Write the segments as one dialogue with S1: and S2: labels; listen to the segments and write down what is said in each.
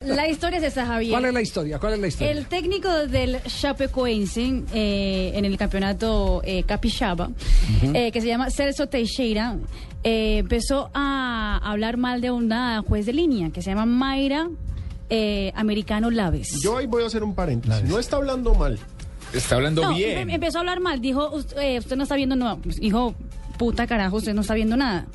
S1: La historia es esa, Javier.
S2: ¿Cuál es la historia? ¿Cuál es la historia?
S1: El técnico del Chapecoense eh, en el campeonato eh, Capixaba, eh, que se llama Celso Teixeira, eh, empezó a hablar mal de una juez de línea que se llama Mayra eh, Americano Laves.
S3: Yo ahí voy a hacer un paréntesis. No está hablando mal.
S4: Está hablando
S1: No,
S4: bien.
S1: em- empezó a hablar mal. Dijo, "Ust- eh, usted no está viendo nada. Pues, hijo, puta carajo, usted no está viendo nada.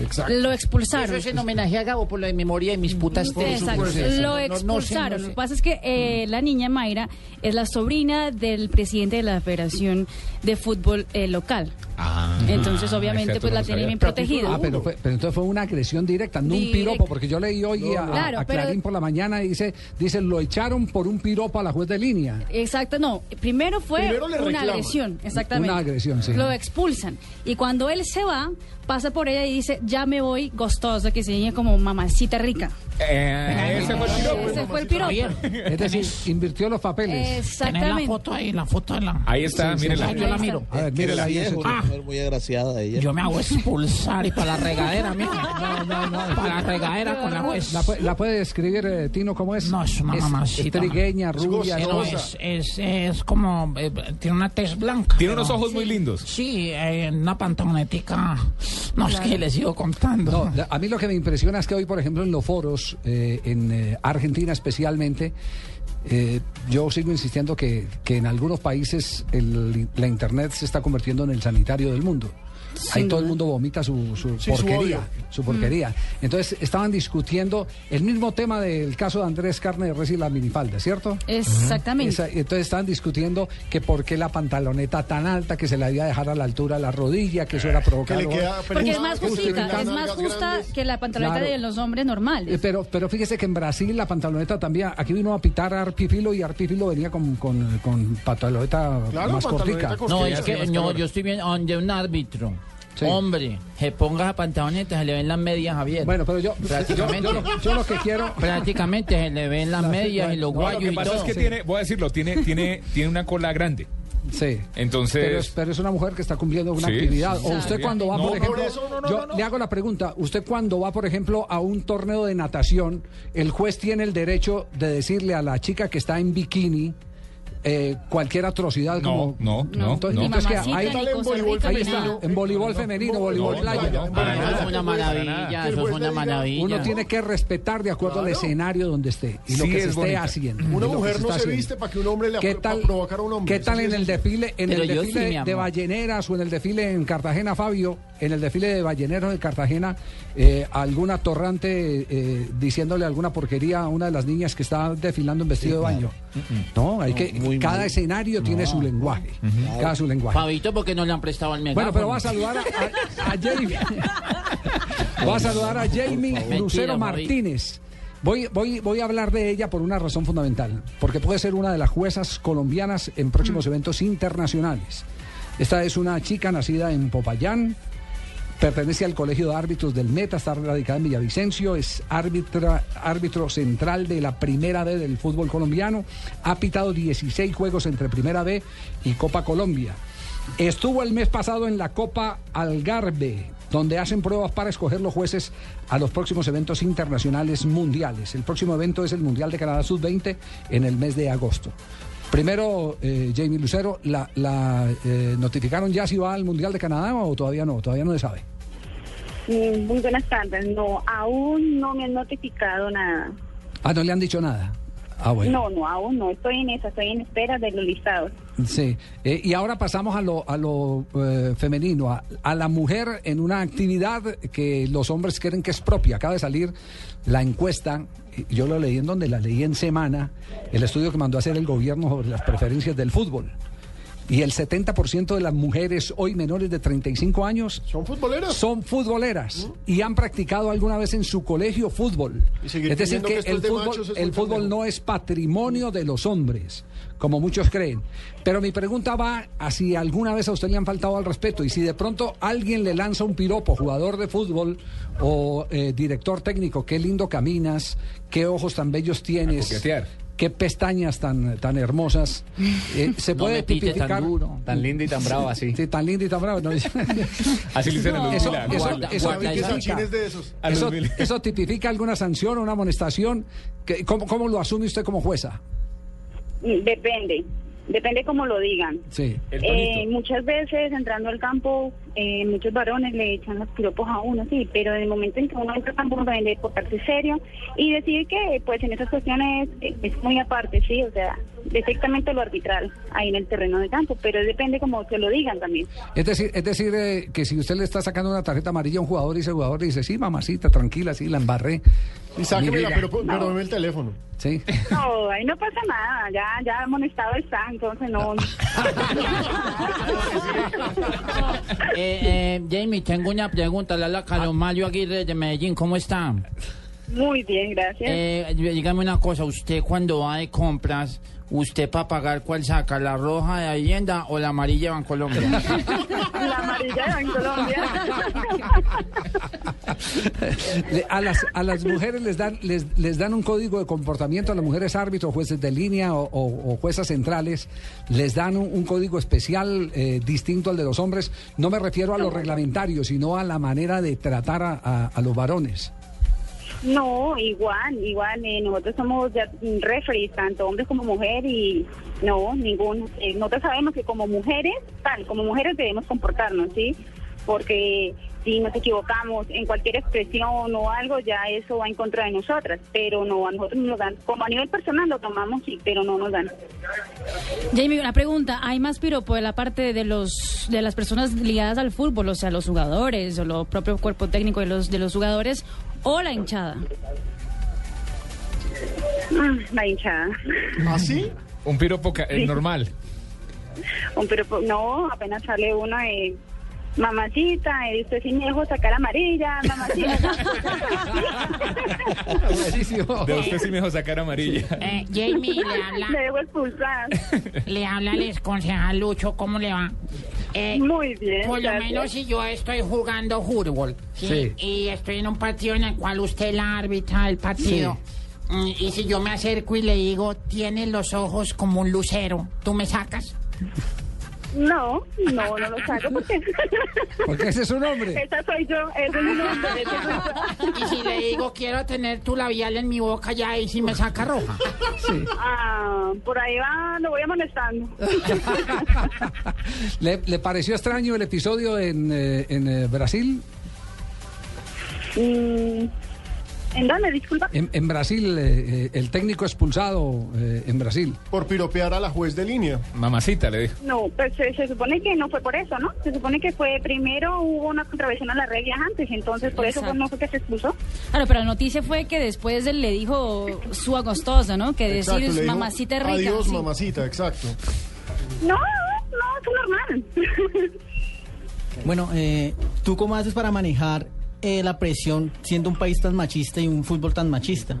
S3: Exacto.
S1: Lo expulsaron.
S5: Eso es en homenaje a Gabo por la memoria de mis putas. tres.
S1: Exacto.
S5: Pues, No,
S1: Lo
S5: no, no,
S1: expulsaron.
S5: sí,
S1: Lo
S5: no,
S1: que pasa es que eh, la niña Mayra es la sobrina del presidente de la Federación de Fútbol eh, Local.
S4: Ah,
S1: Entonces, obviamente,
S4: exacto,
S1: pues
S4: no
S1: la
S4: lo
S1: tienen bien
S4: sabía.
S1: protegida.
S2: Ah, pero, fue- pero entonces fue una agresión directa, no un
S1: Directa.
S2: piropo, porque yo leí hoy a, a-
S1: Claro,
S2: a
S1: pero-
S2: Clarín por la mañana y dice, dice, lo echaron por un piropo a la juez de línea.
S1: Exacto, no. Primero fue
S3: Primero le
S1: una
S3: reclama.
S1: agresión, exactamente.
S2: Una agresión, sí.
S1: Lo expulsan. Y cuando él se va, pasa por ella y dice, ya me voy gostosa, que se llama como mamacita rica.
S4: Eh, ese fue el piropo.
S1: Ese fue el piropo.
S2: Es decir, invirtió los papeles.
S5: Tenés la
S1: Exactamente.
S5: foto ahí, la foto de la.
S4: Ahí está,
S2: Sí, sí,
S4: mírela.
S5: Ah, yo la
S1: Ahí
S5: miro.
S2: A ver,
S6: Mira
S2: mírala
S6: la
S2: ahí.
S6: vieja, ah.
S2: eso.
S6: una mujer muy agraciada ella.
S5: Yo me hago expulsar y para la regadera, mijo. No, no, no. Para la regadera con la juez.
S2: ¿La, pu- la puede describir, eh, Tino, cómo es?
S5: No, es una mamacita.
S2: Es trigueña, rubia,
S5: Eh, no,
S2: hermosa.
S5: es, es, es como. eh, tiene una tez blanca.
S4: Tiene
S5: pero-
S4: unos ojos muy lindos.
S5: Sí, eh, una pantalonetica. No, es que les sigo contando.
S2: No, la- a mí lo que me impresiona es que hoy, por ejemplo, en los foros, eh, en eh, Argentina especialmente, eh, yo sigo insistiendo que, que en algunos países el- la Internet se está convirtiendo en el sanitario del mundo. Ahí todo el mundo vomita su, su
S3: Sí, su odio. Mm.
S2: porquería. Su, porquería. Entonces estaban discutiendo el mismo tema del caso de Andrés Carne de Res y la minifalda, ¿cierto?
S1: Exactamente.
S2: Esa- entonces estaban discutiendo que por qué la pantaloneta tan alta que se la había dejar a la altura de la rodilla, que eso era
S3: Que
S2: provocar.
S3: le queda
S1: Porque es más
S3: que usted le
S1: justa,
S3: quedan
S1: es más
S3: nalgas
S1: justa
S3: grandes.
S1: que la pantaloneta
S2: Claro.
S1: de los hombres
S2: Eh,
S1: normales.
S2: Pero, pero fíjese que en Brasil la pantaloneta también, aquí vino a pitar a Arpifilo y Arpifilo venía con, con, con pantaloneta
S3: Claro,
S2: más
S3: pantaloneta
S2: cortica.
S3: corta.
S5: No,
S3: Porque
S5: es
S3: hace
S5: que
S3: más
S5: no,
S3: calor.
S5: yo estoy bien donde un árbitro.
S2: Sí.
S5: Hombre, se ponga esa pantaloneta, se le ven las medias, Javier.
S2: Bueno, pero yo, yo,
S5: prácticamente,
S2: yo lo, yo lo que quiero...
S5: prácticamente se le ven las medias y los
S4: No, lo
S5: guayos
S4: que
S5: y
S4: pasa es
S5: todo.
S4: que tiene, voy a decirlo, tiene, tiene, tiene una cola grande.
S2: Sí.
S4: Entonces-
S2: Pero es, pero es una mujer que está cumpliendo una
S4: Sí,
S2: actividad.
S4: sí,
S2: O
S4: sí,
S2: usted
S4: sí.
S2: cuando va,
S4: No,
S2: por
S4: por
S2: ejemplo...
S4: eso, no, no,
S2: yo
S4: no, no.
S2: le hago la pregunta. Usted cuando va, por ejemplo, a un torneo de natación, el juez tiene el derecho de decirle a la chica que está en bikini... eh, cualquier atrocidad
S4: No,
S2: como
S4: no, no.
S2: Entonces-
S4: no.
S1: Ni
S2: entonces, ¿qué?
S1: pues mamacita, ni
S2: Ahí-
S3: ahí
S1: cosa
S3: está,
S1: rica,
S2: Ahí
S1: ni
S2: está,
S1: nada.
S2: en voleibol femenino, voleibol
S4: no,
S2: playa.
S4: playa,
S2: Ah,
S4: para
S5: Eso
S4: nada.
S5: es una maravilla, eso es una maravilla.
S2: Uno tiene que respetar de acuerdo al
S3: Claro.
S2: escenario donde esté y lo
S4: Sí,
S2: que
S4: es
S2: se esté
S4: bonita.
S2: haciendo. y
S3: Una
S2: lo Mm, que
S3: mujer
S2: se
S3: no
S2: está
S3: se
S2: haciendo.
S3: viste para que un hombre le
S2: ¿Qué
S3: apro-
S2: tal,
S3: pa' provocar a un hombre.
S2: ¿Qué tal
S3: Sí,
S2: en
S3: sí,
S2: el
S3: sí.
S2: desfile, en
S5: Pero
S2: el
S5: yo sí, mi
S2: desfile de
S5: amor.
S2: balleneras o en el desfile en Cartagena, Fabio? En el desfile de balleneros de Cartagena, eh, alguna torrante eh, diciéndole alguna porquería a una de las niñas que está desfilando en vestido de baño. No, hay que
S6: Mm, muy
S2: cada
S6: mal.
S2: escenario tiene su lenguaje, cada su lenguaje.
S5: Fabito, porque no le han prestado el
S2: Bueno,
S5: megáfono?
S2: pero va a saludar a, a- a Jamie. Va a saludar a Jamie
S5: favor.
S2: Lucero
S5: Mentira,
S2: Martínez. Voy, voy, voy a hablar de ella por una razón fundamental, porque puede ser una de las juezas colombianas en próximos
S5: Mm.
S2: eventos internacionales. Esta es una chica nacida en Popayán, pertenece al Colegio de Árbitros del Meta, está radicada en Villavicencio, es árbitra- árbitro central de la Primera B del fútbol colombiano, ha pitado 16 juegos entre Primera B y Copa Colombia. Estuvo el mes pasado en la Copa Algarve, donde hacen pruebas para escoger los jueces a los próximos eventos internacionales mundiales. El próximo evento es el Mundial de Canadá Sub-20 en el mes de agosto. Primero, eh, Jamie Lucero, ¿la, la, eh, notificaron ya si va al Mundial de Canadá o todavía no? Todavía no se sabe.
S7: Mm, Muy buenas tardes. No, aún no me han notificado nada.
S2: Ah, no le han dicho nada. Ah, bueno.
S7: No, no, aún no. Estoy en esa, estoy en espera de los listados.
S2: Sí. Eh, y ahora pasamos a lo, a lo eh, femenino, a, a la mujer en una actividad que los hombres creen que es propia. Acaba de salir la encuesta, y yo lo leí en donde la leí en semana, el estudio que mandó a hacer el gobierno sobre las preferencias del fútbol. Y el 70% de las mujeres hoy menores de 35 años
S3: ¿Son futboleras?
S2: son futboleras y han practicado alguna vez en su colegio fútbol.
S3: Y
S2: Es
S3: seguir
S2: decir,
S3: creyendo
S2: que,
S3: que esto
S2: el,
S3: es de
S2: fútbol,
S3: machos es
S2: el
S3: un
S2: fútbol
S3: pendejo.
S2: no es patrimonio de los hombres, como muchos creen. Pero mi pregunta va a si alguna vez a usted le han faltado al respeto y si de pronto alguien le lanza un piropo, jugador de fútbol o eh, director técnico, qué lindo caminas, qué ojos tan bellos tienes.
S4: coquetear.
S2: Qué pestañas tan, tan hermosas. Eh, se
S6: No
S2: puede
S6: me pite
S2: tipificar.
S6: tan duro.
S8: Tan linda y tan brava, así.
S2: Sí, tan linda y tan brava. ¿no? eso,
S4: Así le dicen a los
S2: eso,
S4: milagros.
S6: Guarda,
S2: eso
S6: guarda el
S2: tipifica-
S6: Sanchín
S3: es de esos.
S4: A los
S2: eso-
S4: mil-
S2: eso tipifica alguna sanción o una amonestación. ¿Qué- ¿Cómo, ¿Cómo lo asume usted como jueza?
S7: Mm, Depende, depende como lo digan.
S2: Sí.
S4: El
S7: Eh,
S4: tonito.
S7: muchas veces entrando al campo, eh, muchos varones le echan los piropos a uno, sí, pero en el momento en que uno entra al campo, uno debe de portarse serio y decir que, pues en esas cuestiones eh, es muy aparte, sí, o sea, directamente lo arbitral ahí en el terreno de campo, pero depende como se lo digan también.
S2: Es decir, es decir eh, que si usted le está sacando una tarjeta amarilla a un jugador y ese jugador le dice, sí, mamacita, tranquila, sí, la embarré.
S3: Y sáquemela,
S2: Mira,
S3: pero, pero dame el teléfono.
S2: Sí.
S7: No, ahí no pasa nada, ya, ya amonestado está, entonces no.
S5: Eh, eh, Jamie, tengo una pregunta. Le habla Carlos Mario Aguirre de Medellín. ¿Cómo está?
S7: Muy bien, gracias.
S5: Eh, dígame una cosa. Usted cuando va de compras, ¿usted para pagar cuál saca? ¿La roja de la vivienda o la amarilla de Bancolombia?
S7: La amarilla en Colombia.
S2: Le- a, las, a las mujeres les dan, les, les dan un código de comportamiento, a las mujeres árbitros, jueces de línea o, o- o juezas centrales, les dan un, un código especial eh, distinto al de los hombres. No me refiero a los reglamentarios, sino a la manera de tratar a, a- a los varones.
S7: No, igual, igual. eh, nosotros somos ya mm, referees, tanto hombres como mujeres, y no, ningún. eh, nosotros sabemos que como mujeres, tal, como mujeres debemos comportarnos, ¿sí? Porque si nos equivocamos en cualquier expresión o algo, ya eso va en contra de nosotras. Pero no, a nosotros nos dan, como a nivel personal lo tomamos, sí, pero no nos dan.
S1: Jamie, una pregunta. ¿Hay más piropo de la parte de los de las personas ligadas al fútbol, o sea, los jugadores o los propio cuerpo técnico de los de los jugadores o la hinchada?
S7: Ah, la hinchada.
S3: ¿Así?
S4: Un piropo ca- eh, normal.
S7: Un piropo- no, apenas sale uno de. Mamacita, eh, usted sí me dejó sacar amarilla, mamacita.
S2: Buenísimo.
S4: De usted sí me dejó sacar amarilla.
S5: Eh, Jamie, le
S7: Me
S5: habla,
S7: debo expulsar.
S5: le habla el ex concejal Lucho. ¿Cómo le va? Eh,
S7: Muy bien.
S5: Por lo
S7: gracias.
S5: menos si yo estoy jugando fútbol ¿sí? y estoy en un partido en el cual usted es la árbitra del partido mm, y si yo me acerco y le digo, tiene los ojos como un lucero, ¿tú me sacas?
S7: No, no, no lo saco porque.
S2: Porque ese es un hombre.
S7: Esa soy yo, ese es mi nombre.
S5: y si le digo, quiero tener tu labial en mi boca ya y si me saca roja.
S7: Ah, por ahí va, lo voy amonestando.
S2: ¿Le, le pareció extraño el episodio en, eh, en, eh, Brasil?
S7: Mm, ¿En dónde? Disculpa.
S2: En, en Brasil, eh, eh, el técnico expulsado eh, en Brasil.
S3: Por piropear a la juez de línea.
S4: Mamacita le dijo.
S7: No, pues se, se supone que no fue por eso, ¿no? Se supone que fue primero hubo una contravención a las reglas antes, entonces por eso fue- no fue que se expulsó.
S1: Claro, Ah, pero la noticia fue que después él le dijo su agostosa, ¿no? Que
S3: Exacto, le
S1: decir
S3: dijo,
S1: mamacita rica.
S3: Adiós,
S1: sí.
S3: mamacita, exacto.
S7: No, no, fue normal.
S6: Bueno, eh, ¿tú cómo haces para manejar eh, la presión siendo un país tan machista y un fútbol tan machista?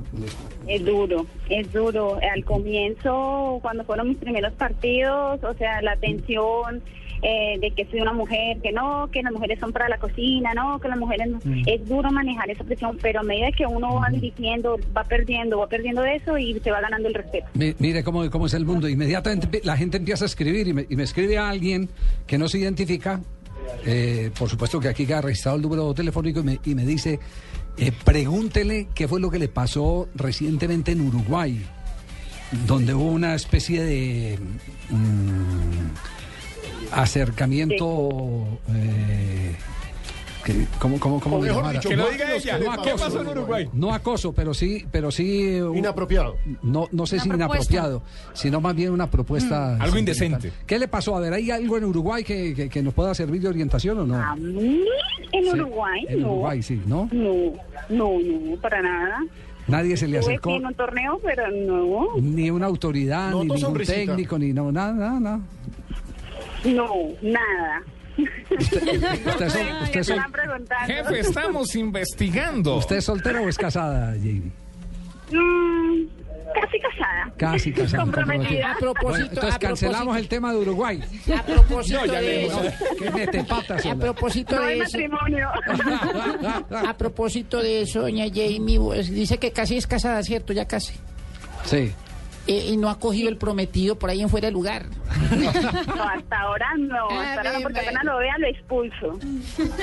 S7: Es duro, es duro. Al comienzo, cuando fueron mis primeros partidos, o sea, la tensión eh, de que soy una mujer, que no, que las mujeres son para la cocina, no, que las mujeres no. Es duro manejar esa presión, pero a medida que uno va dirigiendo, va perdiendo, va perdiendo eso y se va ganando el respeto.
S2: Mi- Mire cómo, cómo es el mundo. Inmediatamente pi- la gente empieza a escribir y me, y me escribe a alguien que no se identifica. Eh, por supuesto que aquí queda registrado el número telefónico y me, y me dice, eh, pregúntele qué fue lo que le pasó recientemente en Uruguay, donde hubo una especie de mm, acercamiento... eh, que- ¿Cómo, cómo, cómo
S3: O
S2: le
S3: mejor
S2: llamara?
S3: dicho,
S4: Que lo
S3: no-
S4: diga
S3: los que
S4: ella.
S3: le
S4: ¿Qué pasó en Uruguay?
S2: No acoso, pero sí, pero sí eh, un-
S3: Inapropiado.
S2: no, no sé
S1: Una
S2: si
S1: propuesta.
S2: inapropiado, sino más bien una propuesta.
S5: Mm.
S4: Algo
S2: sentimental.
S4: indecente.
S2: ¿Qué le pasó? A ver, ¿hay algo en Uruguay que, que- que nos pueda servir de orientación o no?
S5: Ah,
S7: A mí, en
S2: Sí,
S7: Uruguay,
S2: En
S7: no.
S2: Uruguay, sí, ¿no?
S7: No, no, no, para nada.
S2: Nadie se le
S7: Estuve
S2: acercó,
S7: sí, en un torneo, pero no,
S2: ni una autoridad,
S3: No,
S2: ni
S3: dos
S2: ningún
S3: sonrisita.
S2: técnico, ni no, nada, nada, nada.
S7: no, nada.
S2: Usted es, sol-
S7: Ay,
S2: usted es sol-
S7: están preguntando.
S4: Jefe, estamos investigando.
S2: ¿usted es soltera o es casada, Jamie?
S7: Mm, casi casada.
S2: Casi casada.
S7: Comprometida.
S5: A propósito,
S2: Bueno, entonces
S5: a propósito,
S2: cancelamos el tema de Uruguay.
S5: a propósito
S4: No, ya
S5: de
S4: le
S5: eso.
S2: Que mete patas.
S5: A
S2: hola.
S5: propósito
S7: No hay
S5: de eso.
S7: matrimonio.
S5: A propósito de eso, doña Jamie, pues, dice que casi es casada, ¿cierto? Ya casi.
S2: Sí.
S5: eh, y no ha cogido el prometido por ahí en fuera de lugar.
S7: No, hasta ahora no,
S5: Ah,
S7: hasta ahora no,
S5: bien,
S7: porque
S5: bien.
S7: apenas lo vea lo expulso.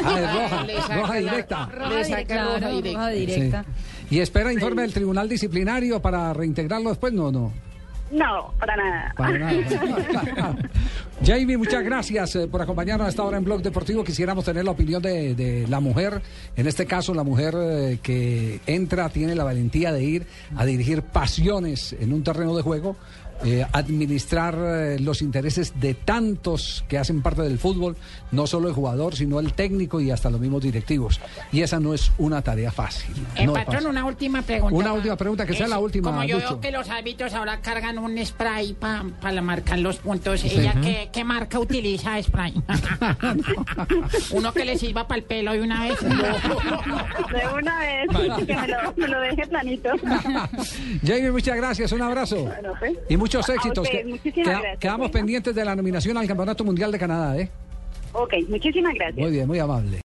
S2: Ah, es roja,
S5: Le saca
S2: roja
S5: la-
S2: directa.
S5: Le saca roja directa.
S1: roja directa.
S2: Sí. Y espera informe del tribunal disciplinario para reintegrarlo después, no, no.
S7: No, para nada.
S2: Para nada. Jamie, muchas gracias eh, por acompañarnos a esta hora en Blog Deportivo. Quisiéramos tener la opinión de, de la mujer, en este caso la mujer eh, que entra, tiene la valentía de ir a dirigir pasiones en un terreno de juego, eh, administrar eh, los intereses de tantos que hacen parte del fútbol, no solo el jugador, sino el técnico y hasta los mismos directivos. Y esa no es una tarea fácil.
S5: Eh,
S2: no es
S5: patrón,
S2: fácil.
S5: una última pregunta.
S2: Una última pregunta, que sea la última,
S5: Como yo
S2: Lucho.
S5: veo que los árbitros ahora cargan un spray para marcar los puntos, ¿ella qué, qué marca utiliza de spray? Uno que le sirva para el pelo de una vez.
S7: De una vez, que me lo, me lo deje planito.
S2: Jamie, muchas gracias, un abrazo.
S7: Bueno, pues.
S2: Y muchos
S7: A
S2: éxitos.
S7: ustedes,
S2: Que-
S7: muchísimas
S2: queda-
S7: gracias,
S2: Quedamos
S7: bueno.
S2: pendientes de la nominación al Campeonato Mundial de Canadá, ¿eh?
S7: Ok, muchísimas gracias.
S2: Muy bien, muy amable.